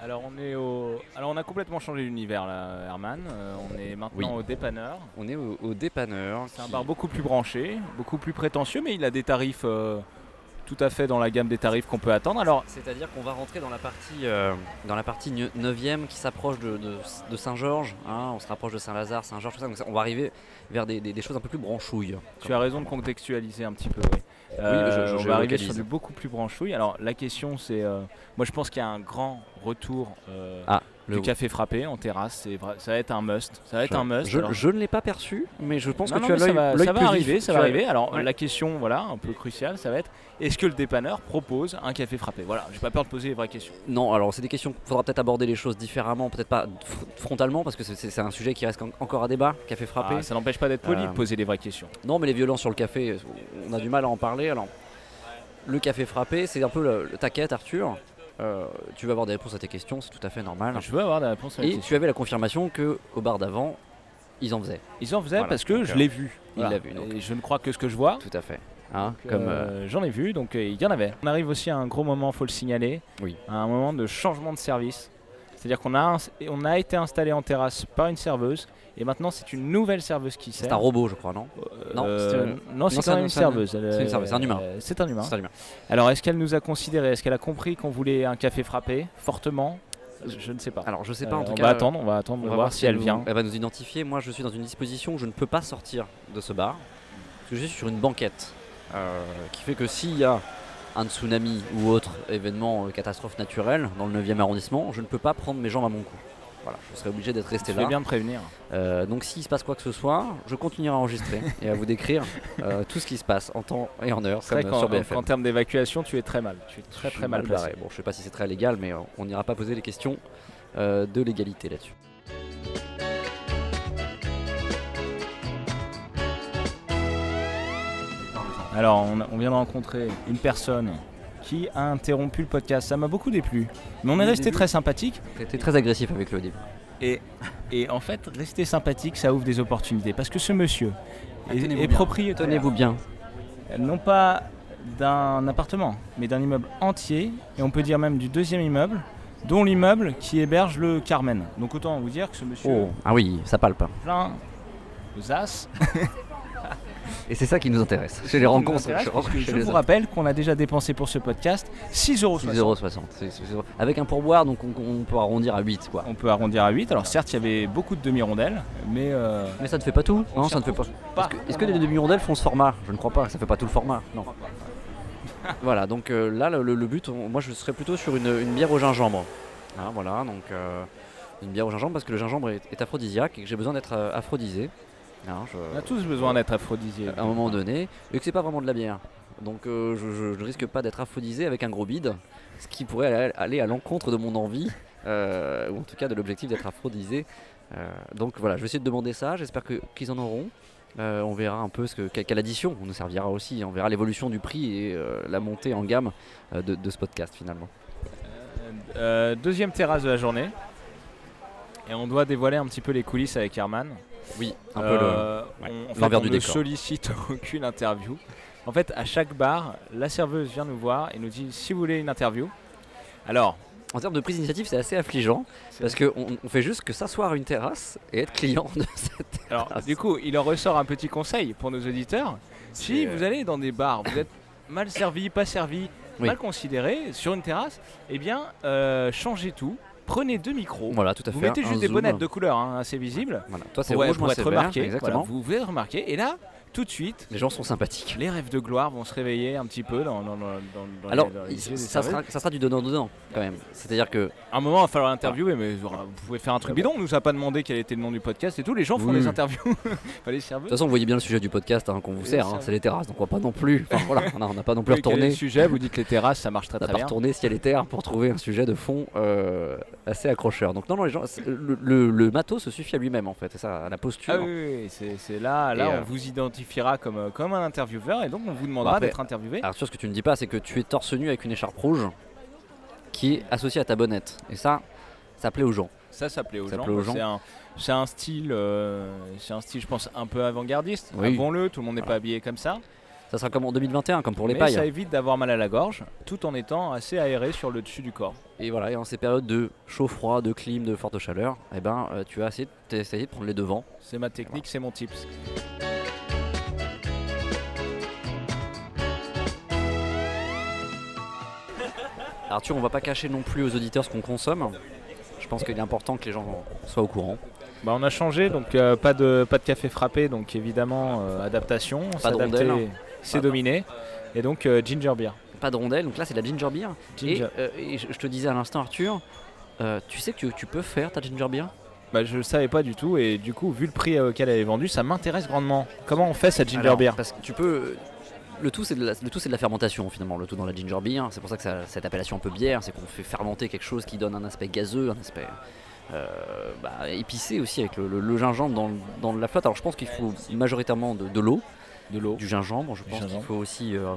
Alors on est au. Euh, Alors on a complètement changé l'univers là, Herman. Euh, on est maintenant au dépanneur.
On est au, au dépanneur.
C'est un
qui-
bar beaucoup plus branché, beaucoup plus prétentieux, mais il a des tarifs euh, tout à fait dans la gamme des tarifs qu'on peut attendre. Alors
C'est-à-dire qu'on va rentrer dans la partie, euh, dans la partie 9e qui s'approche de, de- de Saint-Georges. hein, on se rapproche de Saint-Lazare, Saint-Georges, tout ça. Donc ça, on va arriver vers des, des- des choses un peu plus branchouilles.
tu as raison de contextualiser un petit peu. oui.
je-
Euh,
je
on va arriver
géolocalise.
sur du beaucoup plus branchouille. Alors la question c'est, euh, moi je pense qu'il y a un grand retour euh,
Ah, le-
du café frappé en terrasse. C'est vrai- ça va être un must. Ça va être
Je-
un must.
Je,
Alors,
je ne l'ai pas perçu, mais je pense
Non,
que
non,
tu as
mais ça
l'œil
va,
l'œil
ça va
plus
arriver,
vif.
ça
Tu as-
va arriver. Alors
Ouais.
la question, voilà, un peu cruciale, ça va être est-ce que le dépanneur propose un café frappé Voilà, j'ai pas peur de poser les vraies questions.
Non, alors c'est des questions qu'il faudra peut-être aborder les choses différemment, peut-être pas fr- frontalement, parce que c'est- c'est c'est un sujet qui reste en- encore à débat. Café frappé.
Ah, ça n'empêche pas d'être poli,
Euh,
de poser les vraies questions.
Non, mais les violences sur le café, on a du mal à en parler. Alors, le café frappé, c'est un peu le, le taquet, Arthur. Euh, tu vas avoir des réponses à tes questions, c'est tout à fait normal.
Je veux avoir la réponse à la
Et
question.
tu avais la confirmation que au bar d'avant, ils en faisaient.
Ils en faisaient
Voilà,
parce que
donc,
je
euh,
l'ai vu.
il l'a vu, donc.
Et je ne crois que ce que je vois.
Tout à fait. Hein, comme euh,
Euh, j'en ai vu, donc euh, il y en avait. On arrive aussi à un gros moment, faut le signaler,
Oui.
à un moment de changement de service. C'est-à-dire qu'on a, ins- et on a été installé en terrasse par une serveuse, et maintenant c'est une nouvelle serveuse qui sert.
c'est un robot, je crois, non non,
Euh,
c'est un-
non, c'est
non, c'est
quand
un-
même une
c'est un-
serveuse. elle,
c'est une serveuse, c'est un humain.
euh, C'est un humain.
C'est un humain.
Alors, est-ce qu'elle nous a considérés Est-ce qu'elle a compris qu'on voulait un café frappé fortement je, je ne sais pas.
Alors, je sais pas. en
Euh,
tout
on
cas,
va
euh,
attendre, on va attendre, on va voir si elle
nous-
vient.
Elle va nous identifier. Moi, je suis dans une disposition où je ne peux pas sortir de ce bar. Parce que je suis sur une banquette. euh, qui fait que s'il y a un tsunami ou autre événement euh, catastrophe naturelle dans le 9e arrondissement, je ne peux pas prendre mes jambes à mon cou. Voilà, je serais obligé d'être resté
Tu
là.
fais bien de prévenir.
Euh, donc s'il se passe quoi que ce soit, je continuerai à enregistrer et à vous décrire euh, tout ce qui se passe en temps et en heure comme
C'est vrai
euh,
qu'en
sur
en
BFM.
termes d'évacuation, tu es très mal. Tu es très
Je
très
suis
mal placé.
barré. Bon, je sais pas si c'est très légal, mais euh, on n'ira pas poser les questions euh, de légalité là-dessus.
Alors, on, a- on vient de rencontrer une personne qui a interrompu le podcast. Ça m'a beaucoup déplu. Mais on est resté très sympathique.
C'était très agressif avec le début.
Et, et en fait, rester sympathique, ça ouvre des opportunités. Parce que ce monsieur est,
tenez-vous
est
bien.
propriétaire,
Tenez-vous bien.
non pas d'un appartement, mais d'un immeuble entier. Et on peut dire même du deuxième immeuble, dont l'immeuble qui héberge le Carmen. Donc autant Oh.
Oh.
vous dire que ce monsieur
Ah oui, ça palpe.
plein aux as.
Et c'est ça qui nous intéresse. C'est les
qui nous
rencontres
intéresse,
chez-
puisque
chez
je
les
vous
hommes.
rappelle qu'on a déjà dépensé pour ce podcast 6,60 euros.
6,60€. c'est- c'est- c'est- Avec un pourboire, donc on, on peut arrondir à 8 quoi.
On peut arrondir à 8. Alors certes, il y avait beaucoup de demi-rondelles, mais euh,
Mais ça ne fait pas tout, non Ça ne fait pas. Est-ce que, est-ce que les demi-rondelles font ce format Je ne crois pas, ça fait pas tout le format, non. voilà, donc euh, là, le, le- le but, on- moi je serais plutôt sur une, une bière au gingembre. Hein, voilà, donc euh, une bière au gingembre parce que le gingembre est, est aphrodisiaque et que j'ai besoin d'être euh, aphrodisé. Hein, je-
on a tous besoin d'être aphrodisiés.
à un moment donné, et que c'est pas vraiment de la bière. Donc euh, je, je- je ne risque pas d'être aphrodisé avec un gros bide, ce qui pourrait aller, aller à l'encontre de mon envie, euh, ou en tout cas de l'objectif d'être aphrodisé. Euh, donc voilà, je vais essayer de demander ça, j'espère que- qu'ils en auront. Euh, on verra un peu ce que, quelle, quelle addition on nous servira aussi, on verra l'évolution du prix et euh, la montée en gamme euh, de, de ce podcast finalement.
Euh, deuxième terrasse de la journée. Et on doit dévoiler un petit peu les coulisses avec Herman.
Oui, un
Euh,
ouais,
on- en fait,
l'envers
on
du
ne
décor.
sollicite *laughs* aucune interview. En fait, à chaque bar, la serveuse vient nous voir et nous dit si vous voulez une interview. Alors,
En termes de prise d'initiative, c'est assez affligeant, parce qu'on on fait juste que s'asseoir à une terrasse et être client de cette...
alors
Ah,
du coup, il en ressort un petit conseil pour nos auditeurs. Si
C'est, euh,
vous allez dans des bars, vous êtes mal servi, pas servi,
Oui.
mal considéré, sur une terrasse, eh bien, euh, changez tout. Prenez deux micros.
Voilà, tout à
Vous
fait.
mettez
un
juste des
zoom.
bonnettes de couleur hein, assez visibles.
Voilà. Toi, c'est
Ouais,
rouge,
pour
moi,
être
c'est vert.
remarqué.
Exactement.
Voilà, vous pouvez remarquer. Et là, tout de suite,
Les gens sont sympathiques.
les rêves de gloire vont se réveiller un petit peu dans, dans, dans- dans-
Alors,
dans les- dans les
il-
yeux des
ça
serveuses.
sera, ça sera du donnant-donnant, quand même. C'est-à-dire que.
Un moment, il va falloir l'interviewer, mais vous aurez- vous pouvez faire un truc bidon. On nous a pas demandé quel était le nom du podcast et tout. Les gens font
Oui.
des interviews. *laughs* pas les
De
serveuses.
toute façon, vous voyez bien le sujet du podcast hein, qu'on vous
Oui,
sert,
ça
hein,
va.
c'est les terrasses. Donc, on va pas non plus. enfin, voilà, on a- on n'a pas non plus
Quel est le
retourné.
sujet Vous dites les terrasses, ça marche très
On n'a
très
pas
bien.
retourné ciel et terre pour trouver un sujet de fond euh, assez accrocheur. Donc, non, non, les gens. c'est- Le, le, le matos se suffit à lui-même, en fait. C'est ça, à la posture.
Ah oui, oui, oui, c'est c'est là, là
Et,
on
euh,
vous identifiera comme, euh, comme un intervieweur et donc on vous demandera
Bah, après-
d'être interviewé.
Alors, Arthur, ce que tu ne dis pas, c'est que tu es torse nu avec une écharpe rouge qui est associée à ta bonnette. Et ça, ça plaît aux gens.
Ça, ça plaît aux
Ça
gens.
plaît aux gens.
C'est un, c'est un style, euh, c'est un style, je pense, un peu avant-gardiste.
Oui.
Avons-le, tout le monde n'est pas habillé comme ça.
Ça sera comme en 2021, comme pour les
Mais
pailles.
ça évite d'avoir mal à la gorge, tout en étant assez aéré sur le dessus du corps.
Et voilà, et en ces périodes de chaud-froid, de clim, de forte chaleur, eh ben, euh, tu vas essayer de, t'as essayé de prendre les devants.
C'est ma technique, c'est mon tips.
Arthur, on va pas cacher non plus aux auditeurs ce qu'on consomme. Je pense qu'il est important que les gens soient au courant.
Bah, on a changé, donc euh, pas, de, pas de café frappé, donc évidemment euh, adaptation,
Pas de
s'adapter,
rondelles. hein.
c'est dominé. Et donc euh, ginger beer.
Pas de rondelles, donc là c'est de la ginger beer. Et,
Ginger.
euh, et je je te disais à l'instant, Arthur, euh, tu sais que tu, tu peux faire ta ginger beer
Bah, je le savais pas du tout et du coup vu le prix euh, auquel elle est vendue, ça m'intéresse grandement. Comment on fait cette ginger
Alors,
beer
Parce que tu peux. Le tout, c'est de la, le tout, c'est de la fermentation finalement. Le tout dans la ginger beer. C'est pour ça que ça- cette appellation un peu bière, c'est qu'on fait fermenter quelque chose qui donne un aspect gazeux, un aspect euh, bah, épicé aussi avec le, le- le gingembre dans, le- dans la flotte. Alors je pense qu'il faut majoritairement de, de l'eau,
De l'eau.
du gingembre. Je pense qu'il
gingembre.
faut aussi euh,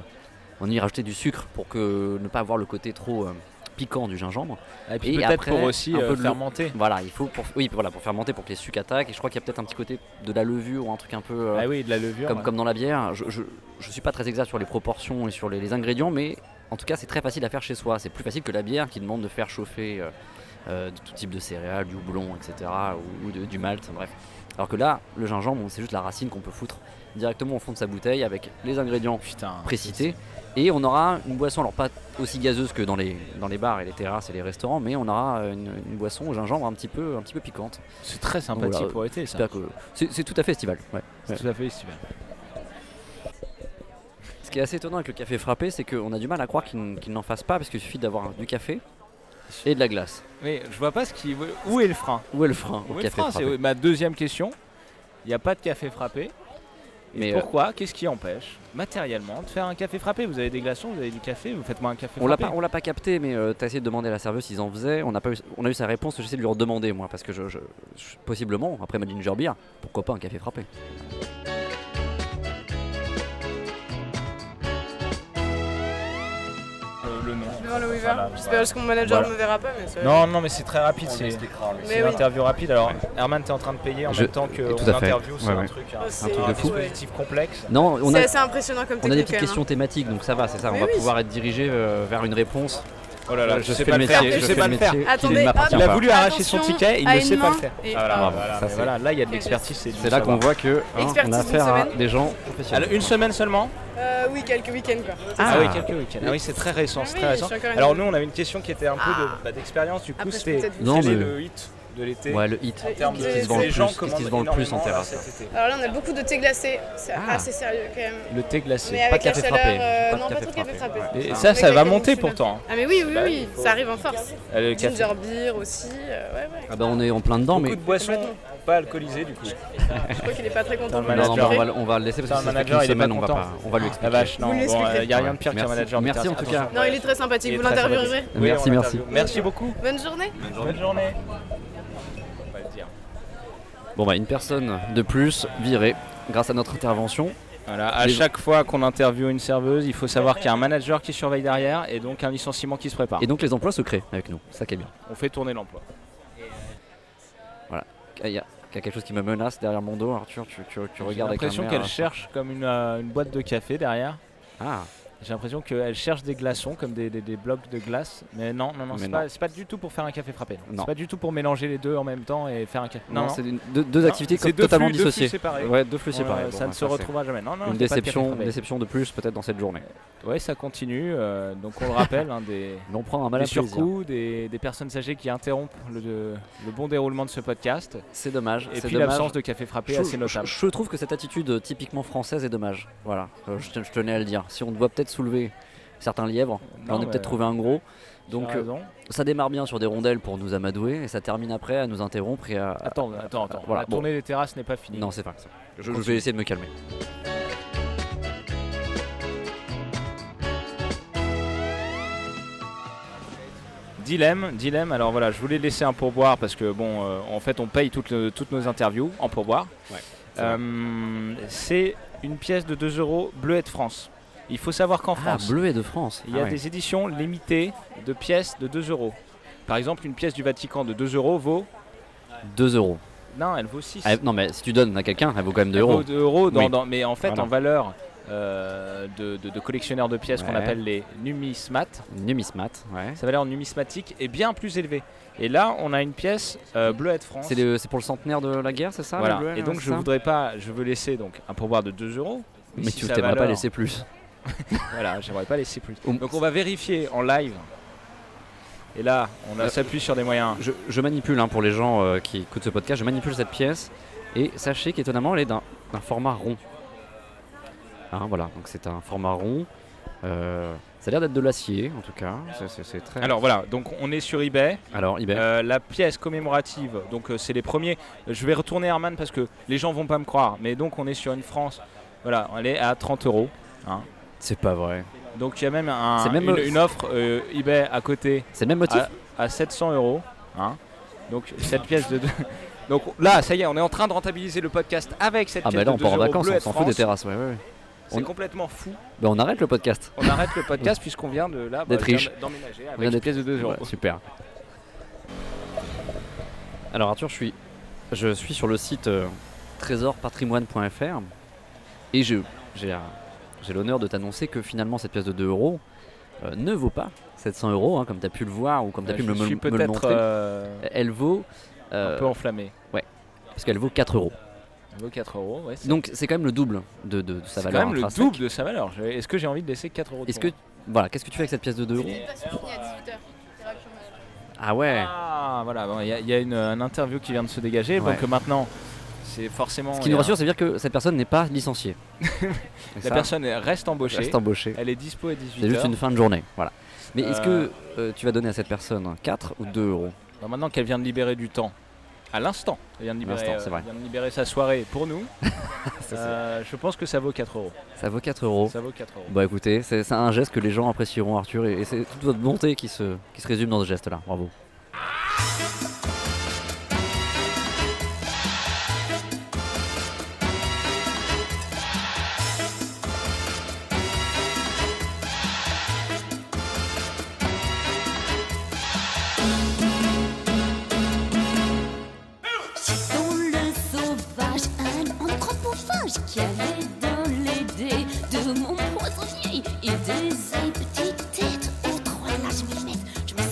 on y rajouter du sucre pour que ne pas avoir le côté trop euh, piquant du gingembre.
Ah, Et puis
Et
peut-être
après,
pour aussi
un
euh,
peu de l'eau.
fermenter.
Voilà, il faut pour, oui, voilà, pour fermenter, pour que les sucres attaquent. Et je crois qu'il y a peut-être un petit côté de la levure ou un truc un peu. euh,
Ah oui, de la levure.
comme,
ouais.
comme dans la bière, je, je, je suis pas très exact sur les proportions et sur les, les ingrédients, mais en tout cas, c'est très facile à faire chez soi. C'est plus facile que la bière qui demande de faire chauffer euh, euh, de tout type de céréales, du houblon, etc., ou, ou de- du malt, bref. Alors que là, le gingembre, c'est juste la racine qu'on peut foutre directement au fond de sa bouteille avec les ingrédients
Putain.
précités. Et on aura une boisson, alors pas aussi gazeuse que dans les, dans les bars et les terrasses et les restaurants, mais on aura une, une boisson au gingembre un petit peu, un petit peu piquante.
C'est très sympathique
Voilà,
pour été ça.
J'espère que- C'est c'est tout à fait estival. ouais.
C'est tout à fait estival.
Ce qui est assez étonnant avec le café frappé, c'est qu'on a du mal à croire qu'il n- qu'il n'en fasse pas, parce qu'il suffit d'avoir du café et de la glace.
Oui, je vois pas ce qui. Où est le frein
Où est le frein au
Où est le
café
frein
frappé
C'est ma deuxième question. Il n'y a pas de café frappé.
Mais euh,
Pourquoi Qu'est-ce qui empêche matériellement de faire un café frappé Vous avez des glaçons, vous avez du café, vous faites moi un café
on l'a
frappé.
pas, on l'a pas capté, mais tu t'as essayé de demander à la serveuse s'ils en faisaient. On a, pas eu, on a eu sa réponse. J'essaie de lui redemander moi, parce que je, je- je- possiblement après ma ginger beer, pourquoi pas un café frappé
Le- le nom.
Devant le Weaver.
Voilà,
J'espère juste que mon manager
Voilà.
ne me verra pas, mais ça
Non, non, mais c'est très rapide. C'est c'est
Mais
une
oui.
interview rapide. Alors, Herman, t'es en train de payer en
Je-
même temps que
tout
on
à fait.
interview. C'est
Ouais,
un
ouais.
truc, hein. un,
Oh, c'est-
un
ouais.
dispositif complexe.
Non, on a,
C'est assez impressionnant comme
hein.
on a des
hein.
technique.
petites
quand même,
questions thématiques, donc ça va, c'est ça. On
Mais
va
oui.
pouvoir être dirigé euh, vers une réponse
Oh là là,
je
tu sais
fais
pas
le
le faire.
métier,
tu
je
sais
fais
pas
le
le faire.
métier qui
Attendez,
ne m'appartient
hop,
pas.
Il a voulu arracher son
Attention
ticket, il
à
ne
une
sait pas
main
le faire.
et-
Ah, voilà,
ah,
voilà,
Voilà,
ça,
mais
c'est-
voilà, là il y a de
Quel
l'expertise. c'est du
C'est là qu'on
savoir.
voit que hein, on
Expertise
a
d'une
affaire à
semaine.
des gens
Alors,
professionnels.
une semaine seulement
Euh, oui, quelques week-ends quoi.
Ah, oui, quelques week-ends. Ah oui, c'est très récent, c'est
Ah oui,
très récent.
je suis encore une
Alors
idée.
nous, on avait une question qui était un peu de- bah, d'expérience. Du coup,
Après, je peux
c'était
peut-être
Non,
quel est
mais-
le hit de l'été
Ouais, le hit.
en termes de
Qu'est-ce qui se vend
les
le
plus
gens
Qu'est-ce qui se
commandent
vend le plus en
énormément, là,
terrasse,
cet été.
Alors là, on a beaucoup de thé glacé, c'est
Ah.
assez sérieux quand même.
Le thé glacé.
Mais avec
de
la
café
chaleur,
frappé,
euh,
pas de
non, pas
café
trop café
frappé.
frappé.
Et ça, ça
Avec
va
la
monter
canicule.
pourtant.
Ah mais oui, oui,
Bah,
oui,
il faut-
ça arrive en force.
hein,
Ah, Le café.
Ginger beer aussi, euh, ouais, ouais.
Ah bah on est en plein dedans,
Beaucoup
mais
de boissons pas alcoolisées du coup.
Je crois qu'il est pas très
Dans
content.
le
de
Non, non,
manager.
mais on, va, le- on va le laisser
Putain,
parce que ça
le
fait
manager,
qu'une
il est pas
semaine, on va,
content.
pas, on va lui
Ah,
La
expliquer.
vache, non.
Vous
Bon,
l'expliquez.
euh, il n'y a rien de pire qu'un
Merci.
manager.
Merci
Attention.
en tout cas.
Non, il est très sympathique,
Il est
vous
très
l'interviewerez.
sympathique. Oui,
Merci,
on
merci.
l'interviewe. Merci beaucoup.
Bonne journée.
Bonne journée. Pas le dire.
Bon bah une personne de plus virée grâce à notre intervention.
Voilà, à
Les-
chaque fois qu'on interviewe une serveuse, il faut savoir qu'il y a un manager qui surveille derrière et donc un licenciement qui se prépare.
Et donc les emplois se créent avec nous, ça qui est bien.
On fait tourner l'emploi.
Il y a il y a quelque chose qui me menace derrière mon dos, Arthur, tu, tu, tu
J'ai
regardes avec
l'impression
la mer.
qu'elle cherche comme une, euh, une boîte de café derrière.
Ah,
J'ai l'impression qu'elle cherche des glaçons comme des, des- des blocs de glace. Mais non, non, non,
Mais
c'est
non.
pas, c'est pas du tout pour faire un café frappé.
Non.
C'est pas du tout pour mélanger les deux en même temps et faire un café.
non,
Non, non.
c'est une- deux, deux
Non,
activités
c'est
comme
deux
totalement
flux- deux flux
dissociées.
séparés.
ouais, deux flux
Ouais,
séparés. Bon,
ça
bah,
ne se
c'est
retrouvera jamais. Non, non,
Une
il y a pas de café
déception,
frappé.
une déception de plus peut-être dans cette journée.
Ouais, ça continue. euh, donc on le rappelle, hein, des,
Mais on prend un mal
des
à plaisir.
surcoûts, des, des personnes âgées qui interrompent le, le bon déroulement de ce podcast.
C'est dommage.
Et
c'est
puis
dommage.
l'absence de café frappé
Je,
assez notable.
je- je trouve que cette attitude euh, typiquement française est dommage. Voilà, Euh, je, te- je tenais à le dire. Si on doit peut-être soulever certains lièvres, là,
Non,
on est
mais-
peut-être trouvé un gros. Donc
T'as
euh,
raison.
ça démarre bien sur des rondelles pour nous amadouer et ça termine après à nous interrompre et à.
attends, attends, attends.
voilà,
la
bon.
tournée des terrasses n'est pas finie.
Non, c'est pas ça. Je, je vais essayer de me calmer.
Dilemme, dilemme. Alors voilà, je voulais laisser un pourboire parce que bon, euh, en fait, on paye toutes, le- toutes nos interviews en pourboire.
Ouais, c'est
Euh, c'est une pièce de 2 euros bleuet de France. Il faut savoir qu'en
Ah,
France,
bleuet de France.
il y a
Ah ouais.
des éditions limitées de pièces de 2 euros. Par exemple, une pièce du Vatican de 2 euros vaut.
2 euros.
Non, elle vaut 6.
Ah, non, mais si tu donnes à quelqu'un, elle vaut quand même 2
Elle vaut
euros.
deux euros dans-
Oui.
dans- mais en fait,
Voilà.
en valeur euh, de, de- de collectionneurs de pièces qu'on
Ouais.
appelle les numismates,
Numismate, ouais.
sa valeur numismatique est bien plus élevée. Et là, on a une pièce euh, bleuet de France.
C'est le- c'est pour le centenaire de la guerre, c'est ça
Voilà.
le bleuet,
Et donc,
c'est
je
ça
voudrais pas, je veux laisser donc un pourboire de 2 euros.
Mais
si
tu
sa
t'aimerais pas
valeur-
laisser plus.
Voilà, j'aimerais pas laisser plus.
Au-
Donc, on va vérifier en live. Et là, on a-
Euh,
s'appuie sur des moyens.
Je, je manipule hein, pour les gens euh, qui écoutent ce podcast, je manipule cette pièce et sachez qu'étonnamment elle est d'un d'un format rond. Hein, voilà, donc c'est un format rond. Euh, ça a l'air d'être de l'acier en tout cas. C'est- C'est c'est très.
Alors voilà, donc on est sur eBay.
Alors, Iber.
Euh, la pièce commémorative, donc euh, c'est les premiers. Euh, Je vais retourner Herman parce que les gens vont pas me croire, mais donc on est sur une France. Voilà, elle est à 30 euros.
c'est pas vrai.
Donc il y a même, un-
C'est même,
une,
euh,
une offre euh, eBay à côté
C'est le même motif
à, à 700 euros. hein. Donc cette pièce de. deux- *laughs* donc là, ça y est, on est en train de rentabiliser le podcast avec cette
Ah,
pièce
bah là
de
on
2
part en
euros
vacances,
bleue
on
et
s'en
de
fout des
France.
terrasses. Ouais, ouais, ouais. On-
C'est complètement fou.
Bah, on arrête le podcast.
On arrête le
*laughs*
podcast puisqu'on vient de là.
D'être
je viens
riche.
d'emménager avec
On vient
une
d'être-
pièce de 2 euros.
Ouais, super. Alors Arthur, je suis, je suis sur le site euh, trésorpatrimoine.fr et je- j'ai un- j'ai l'honneur de t'annoncer que finalement cette pièce de 2 euros euh, ne vaut pas 700 euros, hein, comme tu as pu le voir ou comme tu as
Euh,
pu
je
me, me-
suis
me le
peut-être
montrer.
euh,
Elle vaut...
un
euh,
peu enflammé.
parce qu'elle vaut 4 euros.
Elle vaut 4 euros, ouais, c'est-
Donc c'est quand même le double de, de- de sa
C'est quand
valeur.
même le
intrinsèque.
double de sa valeur. Je- Est-ce que j'ai envie de laisser 4 euros de
Est-ce que... Voilà, qu'est-ce que tu fais avec cette pièce de 2 euros Ah
moins
ouais
Ah, voilà, bon, il y a, il y a une, euh, une interview qui vient de se dégager.
Ouais.
Donc euh, maintenant, c'est forcément.
Ce qui
il y
nous
a-
rassure, c'est de dire que cette personne n'est pas
*laughs*
licenciée. Et
Ah, La
ça,
personne reste embauchée.
reste embauchée.
Elle est dispo à 18
C'est juste une fin de journée, voilà. Mais est-ce
Euh,
que euh, tu vas donner à cette personne 4 ou 2 euros
Bah, maintenant qu'elle vient de libérer du temps, à l'instant, elle vient de libérer,
l'instant, c'est vrai.
elle vient de libérer sa soirée
*laughs*
pour nous. euh, je pense que ça vaut 4 euros.
Ça vaut 4 euros.
Ça vaut 4 euros.
Bah écoutez, c'est c'est un geste que les gens apprécieront Arthur et, et c'est toute votre bonté qui se, qui se résume dans ce geste là, bravo.
Dont le sauvage, un anthropophage qui allait dans les dés de mon poissonnier et de ses petites têtes aux trois larges minettes. hein,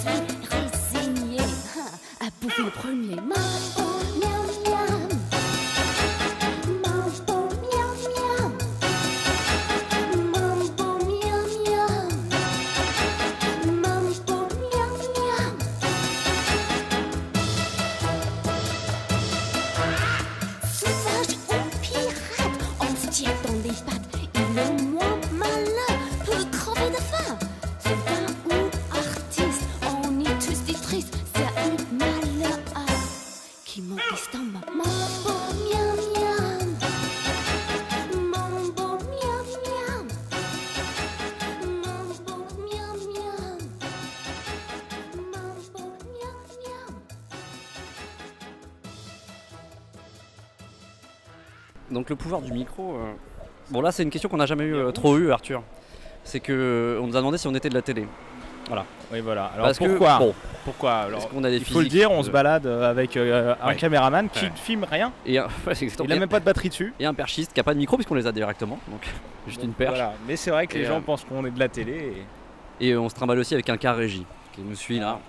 Donc le pouvoir du micro. euh, Bon là c'est une question qu'on n'a jamais eu, euh, trop eu Arthur. C'est que euh, on nous a demandé si on était de la télé.
Oui, voilà. Alors
Parce que,
pourquoi
bon,
Pourquoi alors
Est-ce qu'on a des
Il faut le
physiques
dire, on
de-
se balade euh, avec euh, un
Ouais.
caméraman qui
Ouais.
ne filme rien.
Et un, *laughs* ouais, c'est exactement.
Il n'a
Et-
même pas de batterie dessus.
et un perchiste qui a pas de micro puisqu'on les a directement. Donc *laughs* juste une perche.
Voilà. Mais c'est vrai que les
Et, euh,
gens pensent qu'on est de la télé.
Et euh, on se trimballe aussi avec un car régie qui nous suit là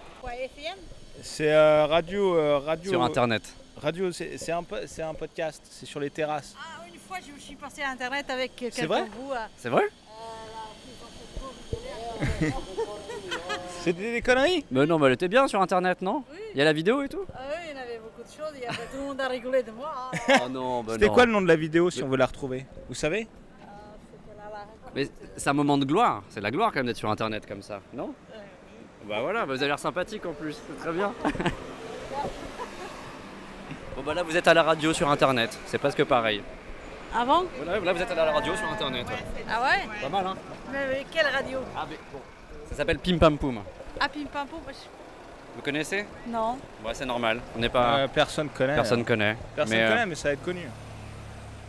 C'est
euh,
radio, radio,
sur internet.
radio. C'est un, podcast. C'est sur les terrasses.
Une fois, je suis passée à Internet avec
C'est vrai
vous. euh,
C'est vrai
C'est des, conneries.
Mais non mais elle était bien sur internet non Il y a la vidéo et tout
Ah oui, il y en avait beaucoup de choses. Il y avait tout le monde a rigolé de moi. hein.
*laughs* Oh non bah
C'était
non.
quoi le nom de la vidéo si on veut la retrouver Vous savez
Mais c'est un moment de gloire, c'est de la gloire quand même d'être sur internet comme ça, non
Euh,
Bah voilà, bah vous avez l'air sympathique en plus, c'est très
*laughs*
bien. bon bah là vous êtes à la radio sur internet, c'est presque pareil.
Avant
Voilà, là vous êtes à la radio sur internet, ouais.
Ah ouais
pas mal hein
Mais, mais quelle radio
Ah mais bon. Ça s'appelle Pim Pam Poum,
Ah, Pim Pam Poum, moi, je-
vous connaissez
Non.
Ouais c'est normal, on n'est pas...
Euh, Personne connaît.
Ah. Personne connaît.
Personne
mais, euh,
connaît, mais ça va être connu.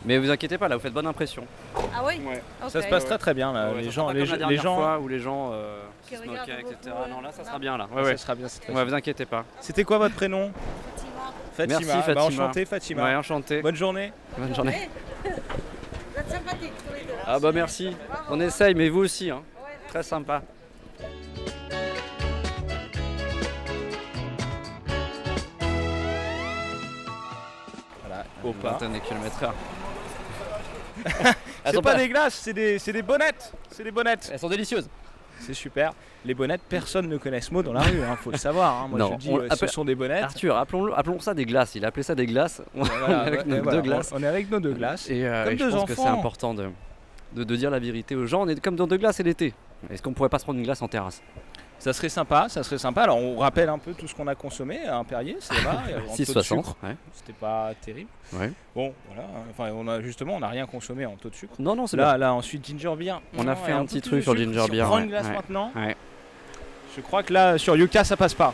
mais vous inquiétez pas, là vous faites bonne impression.
Ah oui
Eh Ouais.
Ok.
Ça se passe très très bien là.
Ouais, ça
les
sera
gens,
pas
les,
comme la
les
dernière
gens.
fois où les gens euh,
Qui
se
regardent
moquaient, etc.
beaucoup,
non là ça
euh,
sera
non.
bien là. Ouais,
ça
ouais.
sera bien, cette
Ouais, vous inquiétez pas.
Ah C'était quoi votre prénom
Fatima.
Fatima.
Merci,
Bah,
Fatima.
enchanté Fatima.
Ouais, enchanté.
Bonne journée.
Bonne journée.
Vous êtes sympathiques tous les deux.
Ah bah merci. On essaye, mais vous aussi. Hein. Très sympa.
Voilà, au pas.
Vingtaine de kilomètres heure. *laughs* Elles
C'est
sont
pas
pas-
des glaces, c'est des, c'est des bonnettes. C'est des bonnettes.
Elles sont délicieuses.
C'est super. Les bonnettes, personne ne connaît ce mot dans la rue, hein, faut le savoir. hein. Moi
Non,
je dis,
on
euh, ce
l'appelle-
sont des bonnettes.
Arthur, appelons, appelons ça des glaces. Il appelait ça des glaces. On est
Voilà,
avec
ouais,
nos
et
deux
voilà,
glaces.
On, on est avec nos deux glaces.
*laughs* Et, euh,
Comme
et je
deux
pense que c'est
enfants.
important de, de, de dire la vérité aux gens. On est comme dans deux glaces et l'été. Est-ce qu'on pourrait pas se prendre une glace en terrasse
Ça serait sympa, ça serait sympa. Alors on rappelle un peu tout ce qu'on a consommé. Un Perrier, c'est là. il y avait un taux de
6,60.
sucre,
ouais.
C'était pas terrible.
Ouais.
Bon, voilà. hein. Enfin, on a justement, on n'a rien consommé en taux de sucre.
Non, non, c'est bien.
Là, là, ensuite ginger beer.
On a
Mmh,
fait
et
un
peu
petit
plus
truc
de
sur le
sucre.
ginger
Si on
beer,
prend
ouais,
une glace
ouais.
maintenant.
Ouais.
Je crois que là, sur Yuka, ça passe pas.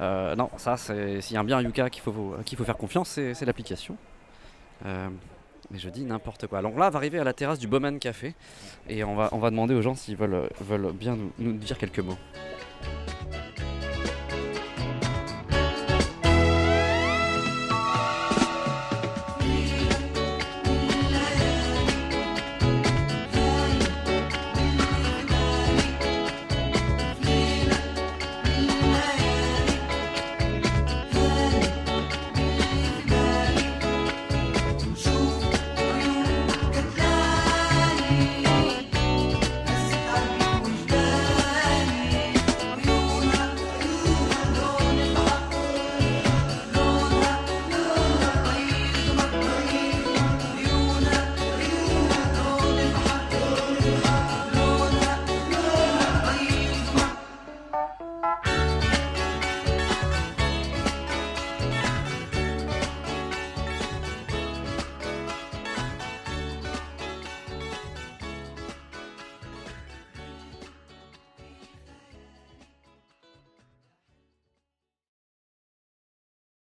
Euh, non, ça, c'est s'il y a un bien Yuka qu'il faut, à qui faut faire confiance, c'est c'est l'application. Euh, mais je dis n'importe quoi. Donc là, on va arriver à la terrasse du Bowman Café et on va, on va demander aux gens s'ils veulent, veulent bien nous, nous dire quelques mots.